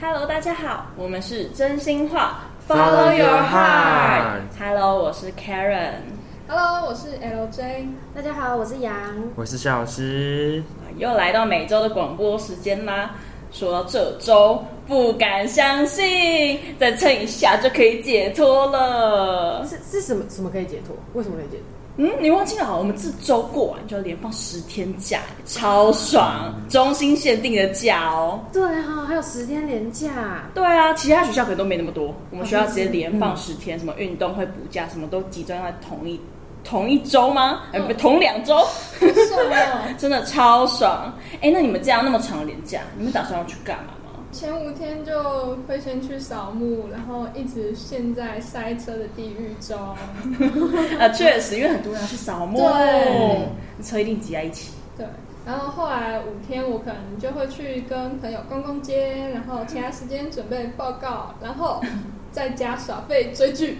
Hello，大家好，我们是真心话 Follow your heart Hello，我是 Karen。 Hello，我是 LJ。大家好，我是杨。我是夏老师，啊又来到每周的广播时间啦。说到这周，不敢相信，再撑一下就可以解脱了。啊是是什么什么可以解脱？为什么可以解脱？嗯，你忘记了？我们这周过完就连放十天假，超 爽，中心限定的假哦。对哈、还有十天连假，对啊，其他学校可能都没那么多，我们学校直接连放十天，什么运动会补假，什么都集中在同一同一周吗？嗯呃，不，同两周，是哦，真的超爽。哎，那你们这样那么长的连假，你们打算要去干嘛吗？ 前五天就会先去扫墓，然后一直陷在塞车的地狱中。啊，确实，因为很多人要去扫墓对，车一定挤在一起。对，然后后来五天我可能就会去跟朋友逛逛街，然后其他时间准备报告，然后在家耍废追剧。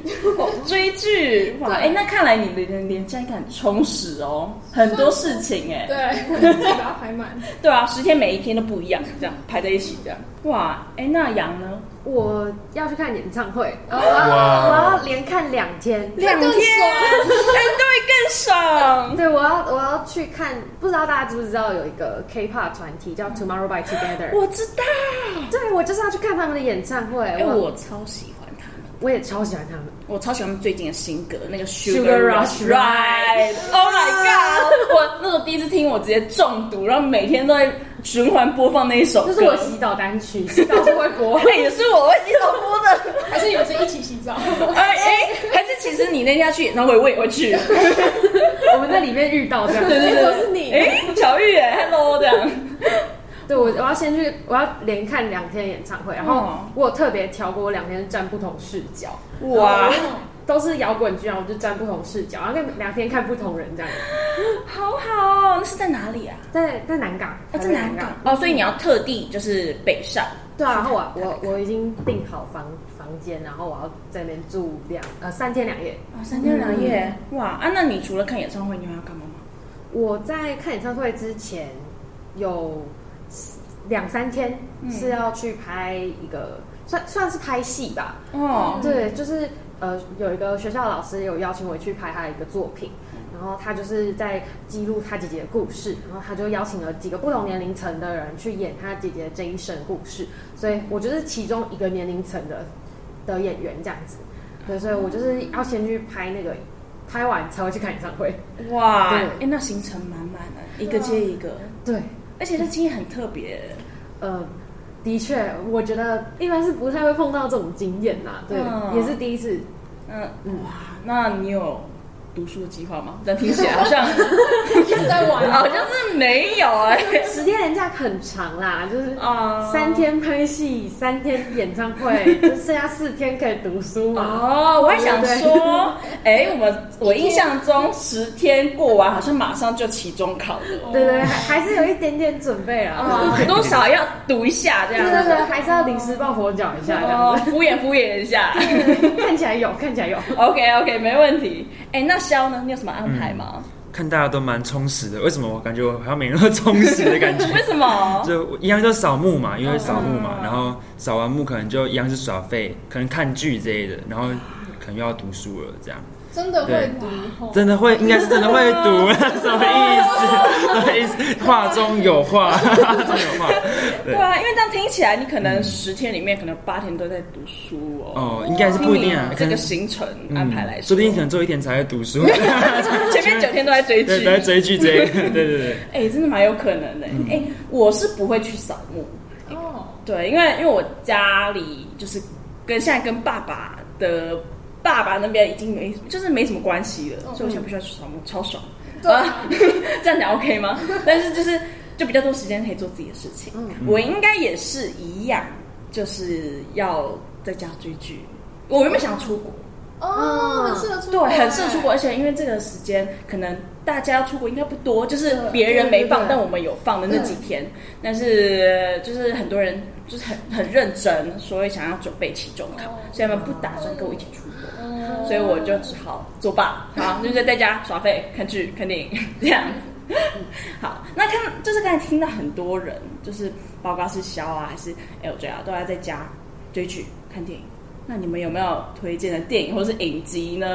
追剧哇，对哎，那看来你的连连假应该很充实哦，很多事情哎。对，我自己把它排满。对啊，十天每一天都不一样，这样排在一起这样。哇，哎，那羊呢？我要去看演唱会，我哇要我要连看两天。两天，更哎，爽对，更爽。对，我要我要去看，不知道大家知不知道有一个 K-pop 团体叫 Tomorrow by Together。我知道，对，我就是要去看他们的演唱会。哎、我我超喜欢他们，我也超喜欢他们。我超喜欢他们最近的新歌，那个 Sugar Rush Ride，Oh Oh my God！我那时候第一次听，我直接中毒，然后每天都在循环播放那一首歌。这是我洗澡单 曲，洗澡是会播。哎也是我会洗手播的。还是你们是一起洗澡？哎哎，还是其实你那天要去演唱会，我也会 去。我们在里面遇到这样，对对对，都是你。哎，巧遇哎，Hello 这样。对，我我要先去，我要连看两天演唱会，然后哦我有特别挑过，我两天站不同视角，哇，都是摇滚剧，然啊后我就站不同视角，然后那两天看不同人这样。好好，那是在哪里啊？在在南港，啊，在台北南港？哦，所以你要特地就是北上。对啊，然后我我我已经订好房房间，然后我要在那边住两呃三天两夜。哦，三天两夜，哇啊！那你除了看演唱会，你还要干嘛吗？我在看演唱会之前有两三天嗯是要去拍一个、算算是拍戏吧，哦，对，就是呃，有一个学校老师有邀请我去拍他的一个作品，嗯然后他就是在记录他姐姐的故事，然后他就邀请了几个不同年龄层的人去演他姐姐这一生故事，所以我就是其中一个年龄层的的演员这样子，对，所以我就是要先去拍那个，拍完才会去看演唱会，哇，对嗯哎、那行程满满的，一个接一个，对，而且这经验很特别。呃。的确，我觉得一般是不太会碰到这种经验呐、对，嗯也是第一次。嗯，嗯哇，那你有读书的计划吗？这样听起来好像 又在玩好像是没有哎、时间人家很长啦，就是啊 三天拍戏，三天演唱会， 就剩下四天可以读书嘛。哦，我还想对说，哎、我们我印象中十天过完，好像马上就期中考了，对对对，还还是有一点点准备啦。啊，多少要读一下这对样对对，子，还是要临时抱佛脚一下这哦样，敷衍敷衍一 下。子。看起来有，看起来有。 OK OK，没问题。哎、那肖呢？你有什么安排吗？看大家都蛮充实的，为什么我感觉我好像没那么充实 的感为觉？什么？就我一样就扫墓嘛，因为扫墓嘛哦，然后扫完墓可能就一样是耍废，可能看剧之类的，然后可能又要读书了，这样真的会读吼。真的会应该是真的会读，啊什么意 思？什么意思？话中有话，话中有话，对啊，因为这样听起来，你可能十天里面可能八天都在读书哦。嗯哦，应该是不一定啊听，你可这能个行程安排来说，嗯说不定可能最后一天才会读 书，前面九天都在追对，嗯剧才。会追剧这个，对对对。哎、真的蛮有可能的、哎、我是不会去扫墓，哦，对，因为因为我家里就是跟现在跟爸爸的爸爸那边已经没就是没什么关系了，嗯所以我现在不需要去扫墓，超爽。对啊啊，这样讲 OK 吗？但是就是就比较多时间可以做自己的事情。我应该也是一样，就是要在家追剧。我原本想出国，哦，很适合出对国，，很适合出国，而且因为这个时间可能大家要出国应该不多，就是对别人没放，对对对但我们有放的那几天。但是就是很多人就是很很认真，所以想要准备期中考哦，所以他们不打算跟我一起出国。嗯。所以我就只好作罢，好，就是在家耍废、看剧、看电影这样子。 好，那看就是刚才听到很多人，就是包括是肖啊还是 LJ 啊，都还在家追剧看电影。那你们有没有推荐的电影或是影集呢？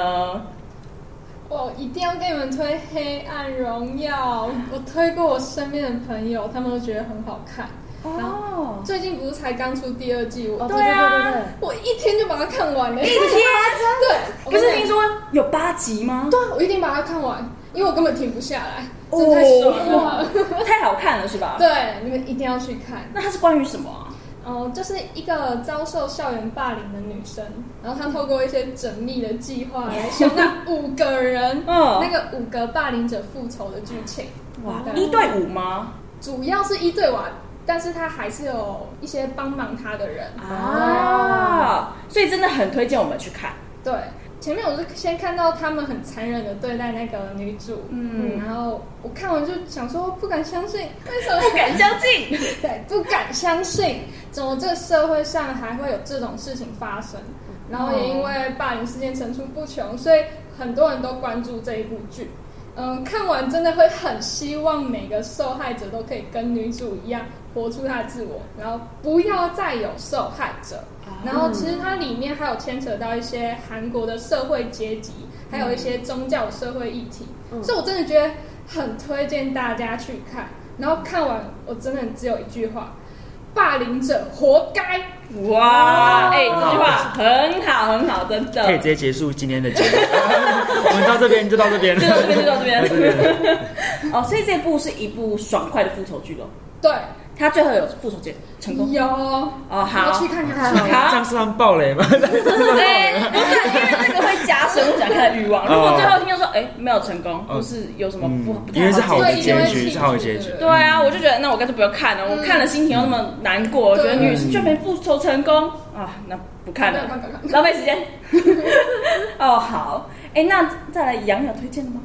我一定要给你们推《黑暗荣耀》，我推过我身边的朋友，他们都觉得很好看。哦，最近不是才刚出第二季，我哦对啊对对对对我一天就把它看完了。一天对，不我跟是你听讲说有八集吗？对啊，我一定把它看完，因为我根本停不下来，哦真太爽 了。太好看了是吧？。对，你们一定要去看。那它是关于什么啊？，哦，就是一个遭受校园霸凌的女生，然后她透过一些缜密的计划 来向那五个人嗯那个五个霸凌者复仇的剧情。哇，对一对五吗？主要是一对瓦，但是她还是有一些帮忙她的人。啊，所以真的很推荐我们去看。对，前面我是先看到他们很残忍的对待那个女主，嗯嗯，然后我看完就想说不敢相信，为什 么不 敢相信，对，不敢相信，怎么这个社会上还会有这种事情发生？然后也因为霸凌事件层出不穷，所以很多人都关注这一部剧。嗯，看完真的会很希望每个受害者都可以跟女主一样活出她的自我，然后不要再有受害者。然后其实它里面还有牵扯到一些韩国的社会阶级，还有一些宗教社会议题，嗯所以我真的觉得很推荐大家去看。然后看完，我真的只有一句话：霸凌者活该。哇，哎、这句话很好，很好，真的。可以直接结束今天的 节目，我们到这边就到这边，就到这边，就到这对对边。 对 哦，所以这部是一部爽快的复仇剧喽。对，他最后有复仇结成功。有哦，好要，去看看。好啊这 样是算暴雷吗？对，不是因为这个会加深我想看的欲望。如果最后听到说，哎、没有成功，哦或是有什么不、嗯不，因为太是好好的的的结结局，局。是好的结局。对啊，我就觉得那我干脆不要看了，我看了心情又那么难过，我觉得对女生居然没复仇成功啊，那不看了不要不要不，浪费时间。 哦，好，哎，那再来杨有推荐的吗？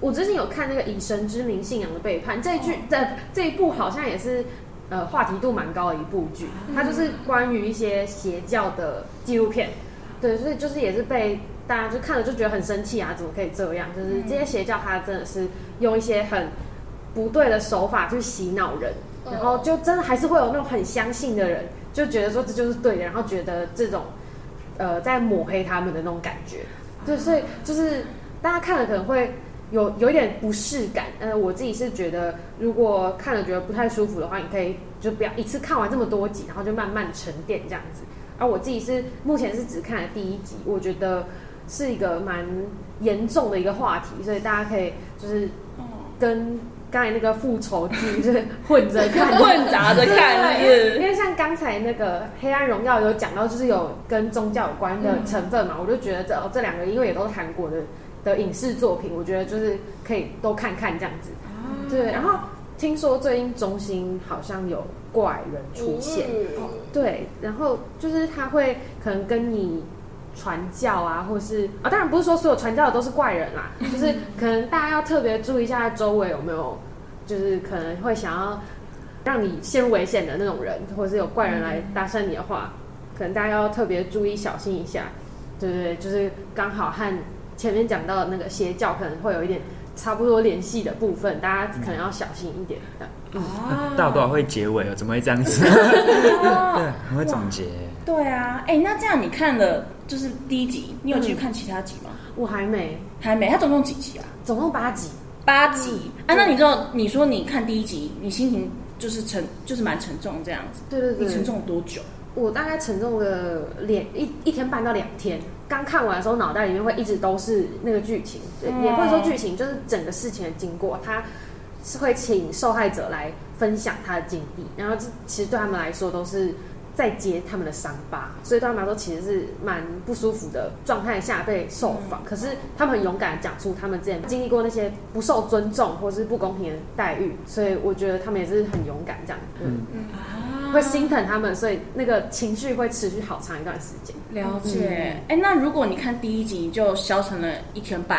我最近有看那个《以神之名：信仰的背叛》这一剧，这、这一部好像也是呃话题度蛮高的一部剧，它就是关于一些邪教的纪录片，对，所以就是也是被大家就看了就觉得很生气啊，怎么可以这样？就是这些邪教，它真的是用一些很不对的手法去洗脑人，哦然后就真的还是会有那种很相信的人，就觉得说这就是对的，然后觉得这种呃在抹黑他们的那种感觉。对，所以就是大家看了可能会有有一点不适感，但是我自己是觉得，如果看了觉得不太舒服的话，你可以就不要一次看完这么多集，然后就慢慢沉淀这样子。而我自己是目前是只看了第一集，我觉得是一个蛮严重的一个话题，所以大家可以就是跟刚才那个复仇剧就是混着看， 混杂着看，是对因不是？为像刚才那个《黑暗荣耀》有讲到，就是有跟宗教有关的成分嘛，我就觉得这哦这两个因为也都是韩国的的影视作品，我觉得就是可以都看看这样子。对，然后听说最近中心好像有怪人呃出嗯现，哦对，然后就是他会可能跟你传教啊，或是啊、当然不是说所有传教的都是怪人啦，就是可能大家要特别注意一下周围有没有，就是可能会想要让你陷入危险的那种人，或者是有怪人来搭讪你的话，可能大家要特别注意小心一下。对对对，就是刚好和前面讲到的那个邪教可能会有一点差不多联系的部分，大家可能要小心一点。这样啊大宝会结尾哦，怎么会这样 子？对，很会总结。对啊，哎，那这样你看了就是第一集，你有继续看其他集吗？我还没，还没，它总共几集啊？总共八集。八集啊？那你知道你说你看第一集，你心情就是沉，就是蛮沉重这样子。对对对，你沉重了多久？我大概沉重了两一一天半到两天，刚看完的时候，脑袋里面会一直都是那个剧情，对嗯也不是说剧情，就是整个事情的经过。他是会请受害者来分享他的经历，然后这其实对他们来说都是在接他们的伤疤，所以对他们来说其实是蛮不舒服的状态下被受嗯访。可是他们很勇敢地讲出他们之前经历过那些不受尊重或是不公平的待遇，所以我觉得他们也是很勇敢这样。嗯嗯啊会心疼他们，所以那个情绪会持续好长一段时间。了解。哎、那如果你看第一集你就消沉了一天半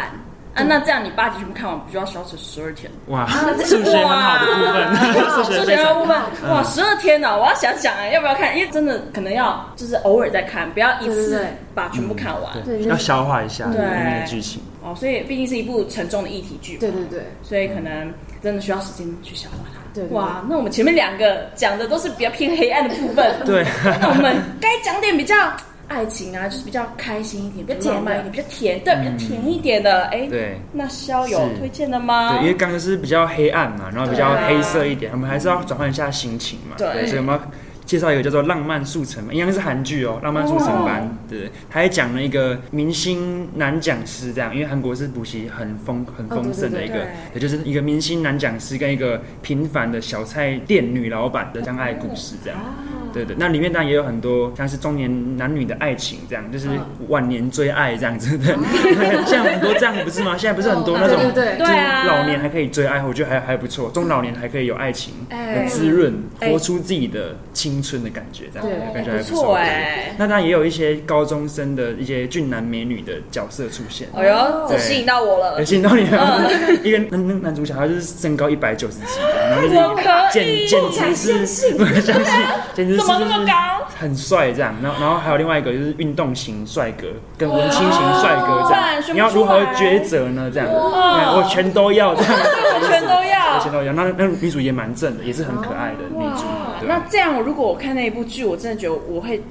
啊，那这样你八集全部看完，不就要消沉十二天？哇，数学很好的部分， 数数学学非的常嗯部分，哇，十二天呢、我要想想哎、要不要看？因为真的可能要就是偶尔再看，不要一对对次对把全部看完。对对，要消化一下里对面的剧情。哦，所以毕竟是一部沉重的议题剧嘛，对对对，所以可能真真的需要时间去消化它。对对哇，那我们前面两个讲的都是比较偏黑暗的部分， 对，那我们该讲点比较爱情啊，就是比较开心一点，比较浪漫一点，比较甜，对，比较甜一点的。哎，嗯对。那肖有是推荐的吗对，因？为刚刚是比较黑暗嘛，然后比较黑色一点，我们还是要转换一下心情嘛。啊对所以我们要介绍一个叫做《浪漫速成班》，一样是韩剧哦，《浪漫速成班》对，他还讲了一个明星男讲师这样，因为韩国是补习很丰很丰盛的一个，哦也就是一个明星男讲师跟一个平凡的小菜店女老板的相爱故事这样。对对，那里面当然也有很多像是中年男女的爱情这样，就是嗯晚年追爱这样子的， 像很多这样不是吗？现在不是很多那种对对对，对啊，嗯老年还可以追爱，我觉得还还不错。中老年还可以有爱情，哎很滋润，哎活出自己的青春的感觉，这样对感觉还不错。错哎。那当然也有一些高中生的一些俊男美女的角色出现，哎哦呦，这对吸引到我了有。吸引到你了。嗯 一个男男男主角他就是身高一百九十几，然后我就是可以简，简直是 不相信，简直是怎么那么高？很帅这样，然后然后还有另外一个就是运动型帅哥跟文青型帅哥这哇样，你要如何抉择呢？这样，哇 对我啊全都要这样， 我全都我要全。都要。那那女主也蛮正的，也是很可爱的女主哇，，对那这样，如果我看那一部剧，我真的觉得我会，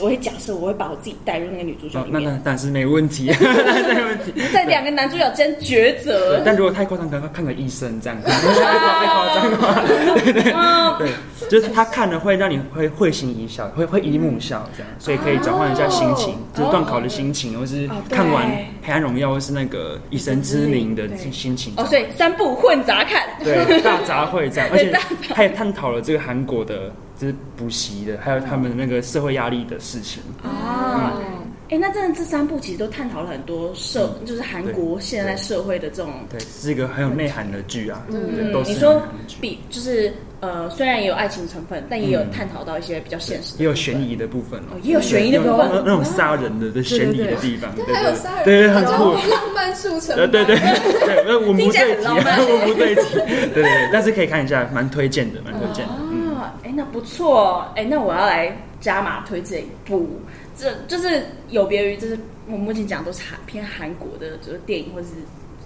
我会假设我会把我自己带入那个女主角哦里那面，那但是没问题，但是没问题。在两个男主角之间抉对择。但如果太夸张，可能要看个医生 这样， 太夸张了。对，就是他看了会让你会会心一笑，会会姨母笑这样，所以可以转换一下心情，就是断考的心情，或是嗯哦对看完《黑暗荣耀》或是那个《以神之名》的心情。哦，所以三部混杂看。 对大杂烩这样，而对且大他也探讨了这个韩国的，就是补习的，还有他们那个社会压力的事情。啊，嗯嗯哎、那真的这三部其实都探讨了很多社，嗯就是韩国现在社会的这种，对，是一个很有内涵的剧啊，对，嗯，都是你很有内说涵的剧。比就是呃，虽然也有爱情成分，但也嗯有探讨到一些比较现实的，也有悬，疑的部分哦哦，也有悬疑的部分有那那种杀人的的悬疑的地方，对还有杀人，对对，很酷。浪漫速成，呃，对对，对，那文不听起来对很题，浪漫文不对题，对对对，但是可以看一下，蛮推荐的，蛮推荐的。嗯，啊，哎、那不错哦，哎、那我要来加码推荐一部，这就是有别于就是我目前讲都是韩偏韩国的，就是电影或者是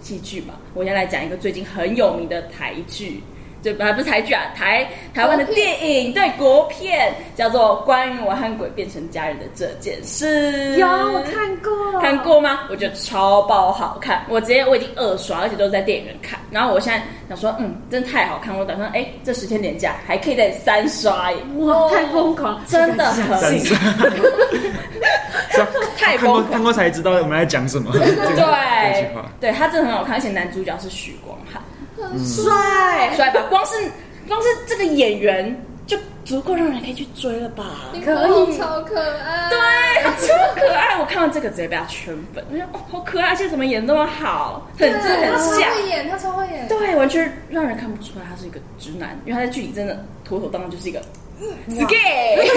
戏剧嘛。我先来讲一个最近很有名的台剧，就还不是台剧啊，台台湾的电影，对国片叫做《关于我和鬼变成家人的这件事》。有我看过，看，过吗？我觉得超爆好看，我直接我已经二刷，而且都是在电影院看。然后我现在想说，嗯，真的太好看，我打算哎，这十天连假还可以再三刷耶，哇，太疯狂，真的很三是 啊太看过疯狂看过才知道我们在讲什么。这个这对句话，对，他真的很好看，而且男主角是许光汉，很帅，帅吧？光是光是这个演员就足够让人可以去追了吧？可以超可爱，对，他超可爱，我看到这个直接被他圈粉，我想哦，好可爱，而且怎么演得那么好，很真的很像他超。会演，他超会演，对，完全让人看不出来他是一个直男，因为他在剧里真的妥妥当当就是一个死 gay。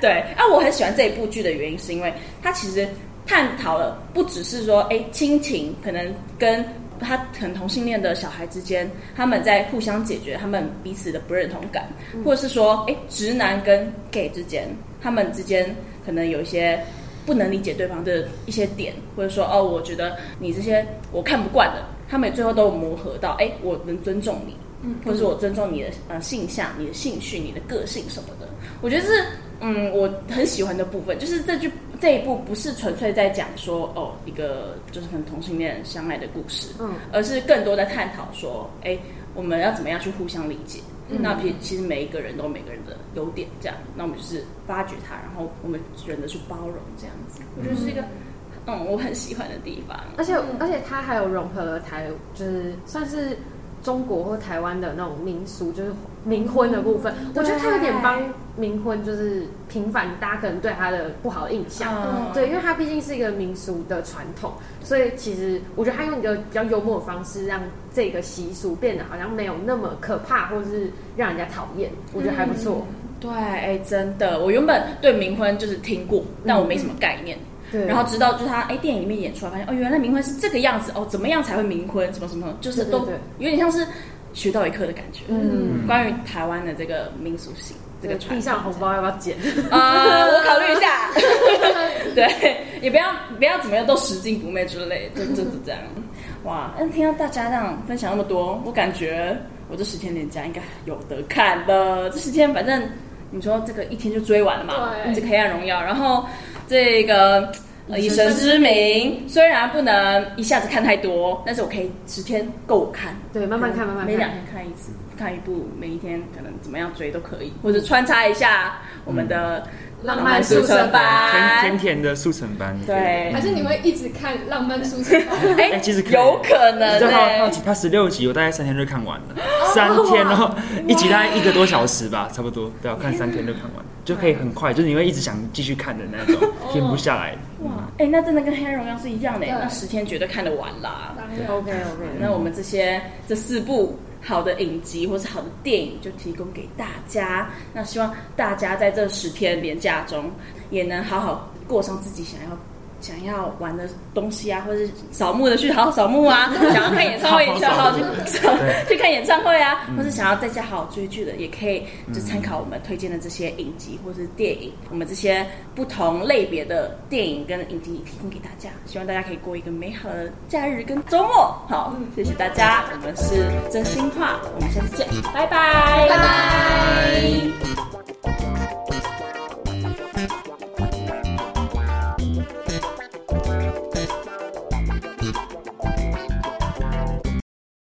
对，啊，我很喜欢这一部剧的原因是因为它其实探讨了不只是说，哎，亲情可能跟他可能同性恋的小孩之间，他们在互相解决他们彼此的不认同感，或者是说，哎，直男跟 gay 之间，他们之间可能有一些不能理解对方的一些点，或者说哦，我觉得你这些我看不惯的，他们最后都有磨合到，哎，我能尊重你，嗯，或者是我尊重你的呃性向、你的兴趣、你的个性什么的，我觉得是嗯我很喜欢的部分，就是这句这一部不是纯粹在讲说哦一个就是很同性恋相爱的故事，嗯，而是更多在探讨说，哎，我们要怎么样去互相理解。那其其实每一个人都有每个人的优点，这样，那我们就是发掘它，然后我们选择去包容这样子，我觉得是一个，嗯，我很喜欢的地方。而且而且它还有融合了台，就是算是中国或台湾的那种民俗，就是冥婚的部分。我觉得它有点帮冥婚就是平反大家可能对它的不好的印象。嗯对，因为它毕竟是一个民俗的传统，所以其实我觉得它用一个比较幽默的方式，让这个习俗变得好像没有那么可怕，或是让人家讨厌。我觉得还不错。对，哎，真的，我原本对冥婚就是听过，但我没什么概念。嗯对，然后直到就是他哎电影里面演出来，发现哦原来冥婚是这个样子哦，怎么样才会冥婚？什么什么，就是都对对对有点像是学到一课的感觉。嗯关于台湾的这个民俗性，这个传地上红包要不要捡？ 啊，我考虑一下。 对，也不要不要怎么样都拾金不昧之类，就就是这样。哇，嗯，听到大家这样分享那么多，我感觉我这十天连假应该有得看了。这十天反正你说这个一天就追完了嘛，对这个《黑暗荣耀》，然后这个。呃，以以神神之名，虽然不能一下子看太多，但是我可以十天够我看，对，慢慢看，慢慢每两看。天看一次，看一部，每一天可能怎么样追都可以，或者穿插一下我们的嗯浪漫速成成甜班甜，甜的速成班。对还是你会一直看《浪漫书城》 吗？哎哎其实可以有可能你知道欸他好奇，他十六集，我大概三天就看完了，三天哦，一集大概一个多小时吧，差不多，对啊，我看三天就看完，就可以很快，就是你会一直想继续看的那种，停不下来。哇，哎、那真的跟《黑暗荣耀》是一样的，对那十天绝对看得完啦。当然， OK OK，那我们这些这四部好的影集或是好的电影就提供给大家，那希望大家在这十天连假中也能好好过上自己想要。想要玩的东西啊，或是扫墓的去好好扫墓 啊，想要看演唱会也去好好去 去看演唱会啊，或是想要在家好好追剧的，也可以就参考我们推荐的这些影集或是电影，我们这些不同类别的电影跟影集提供给大家，希望大家可以过一个美好的假日跟周末。好，谢谢大家，我们是真心话，我们下次见，拜拜，拜拜。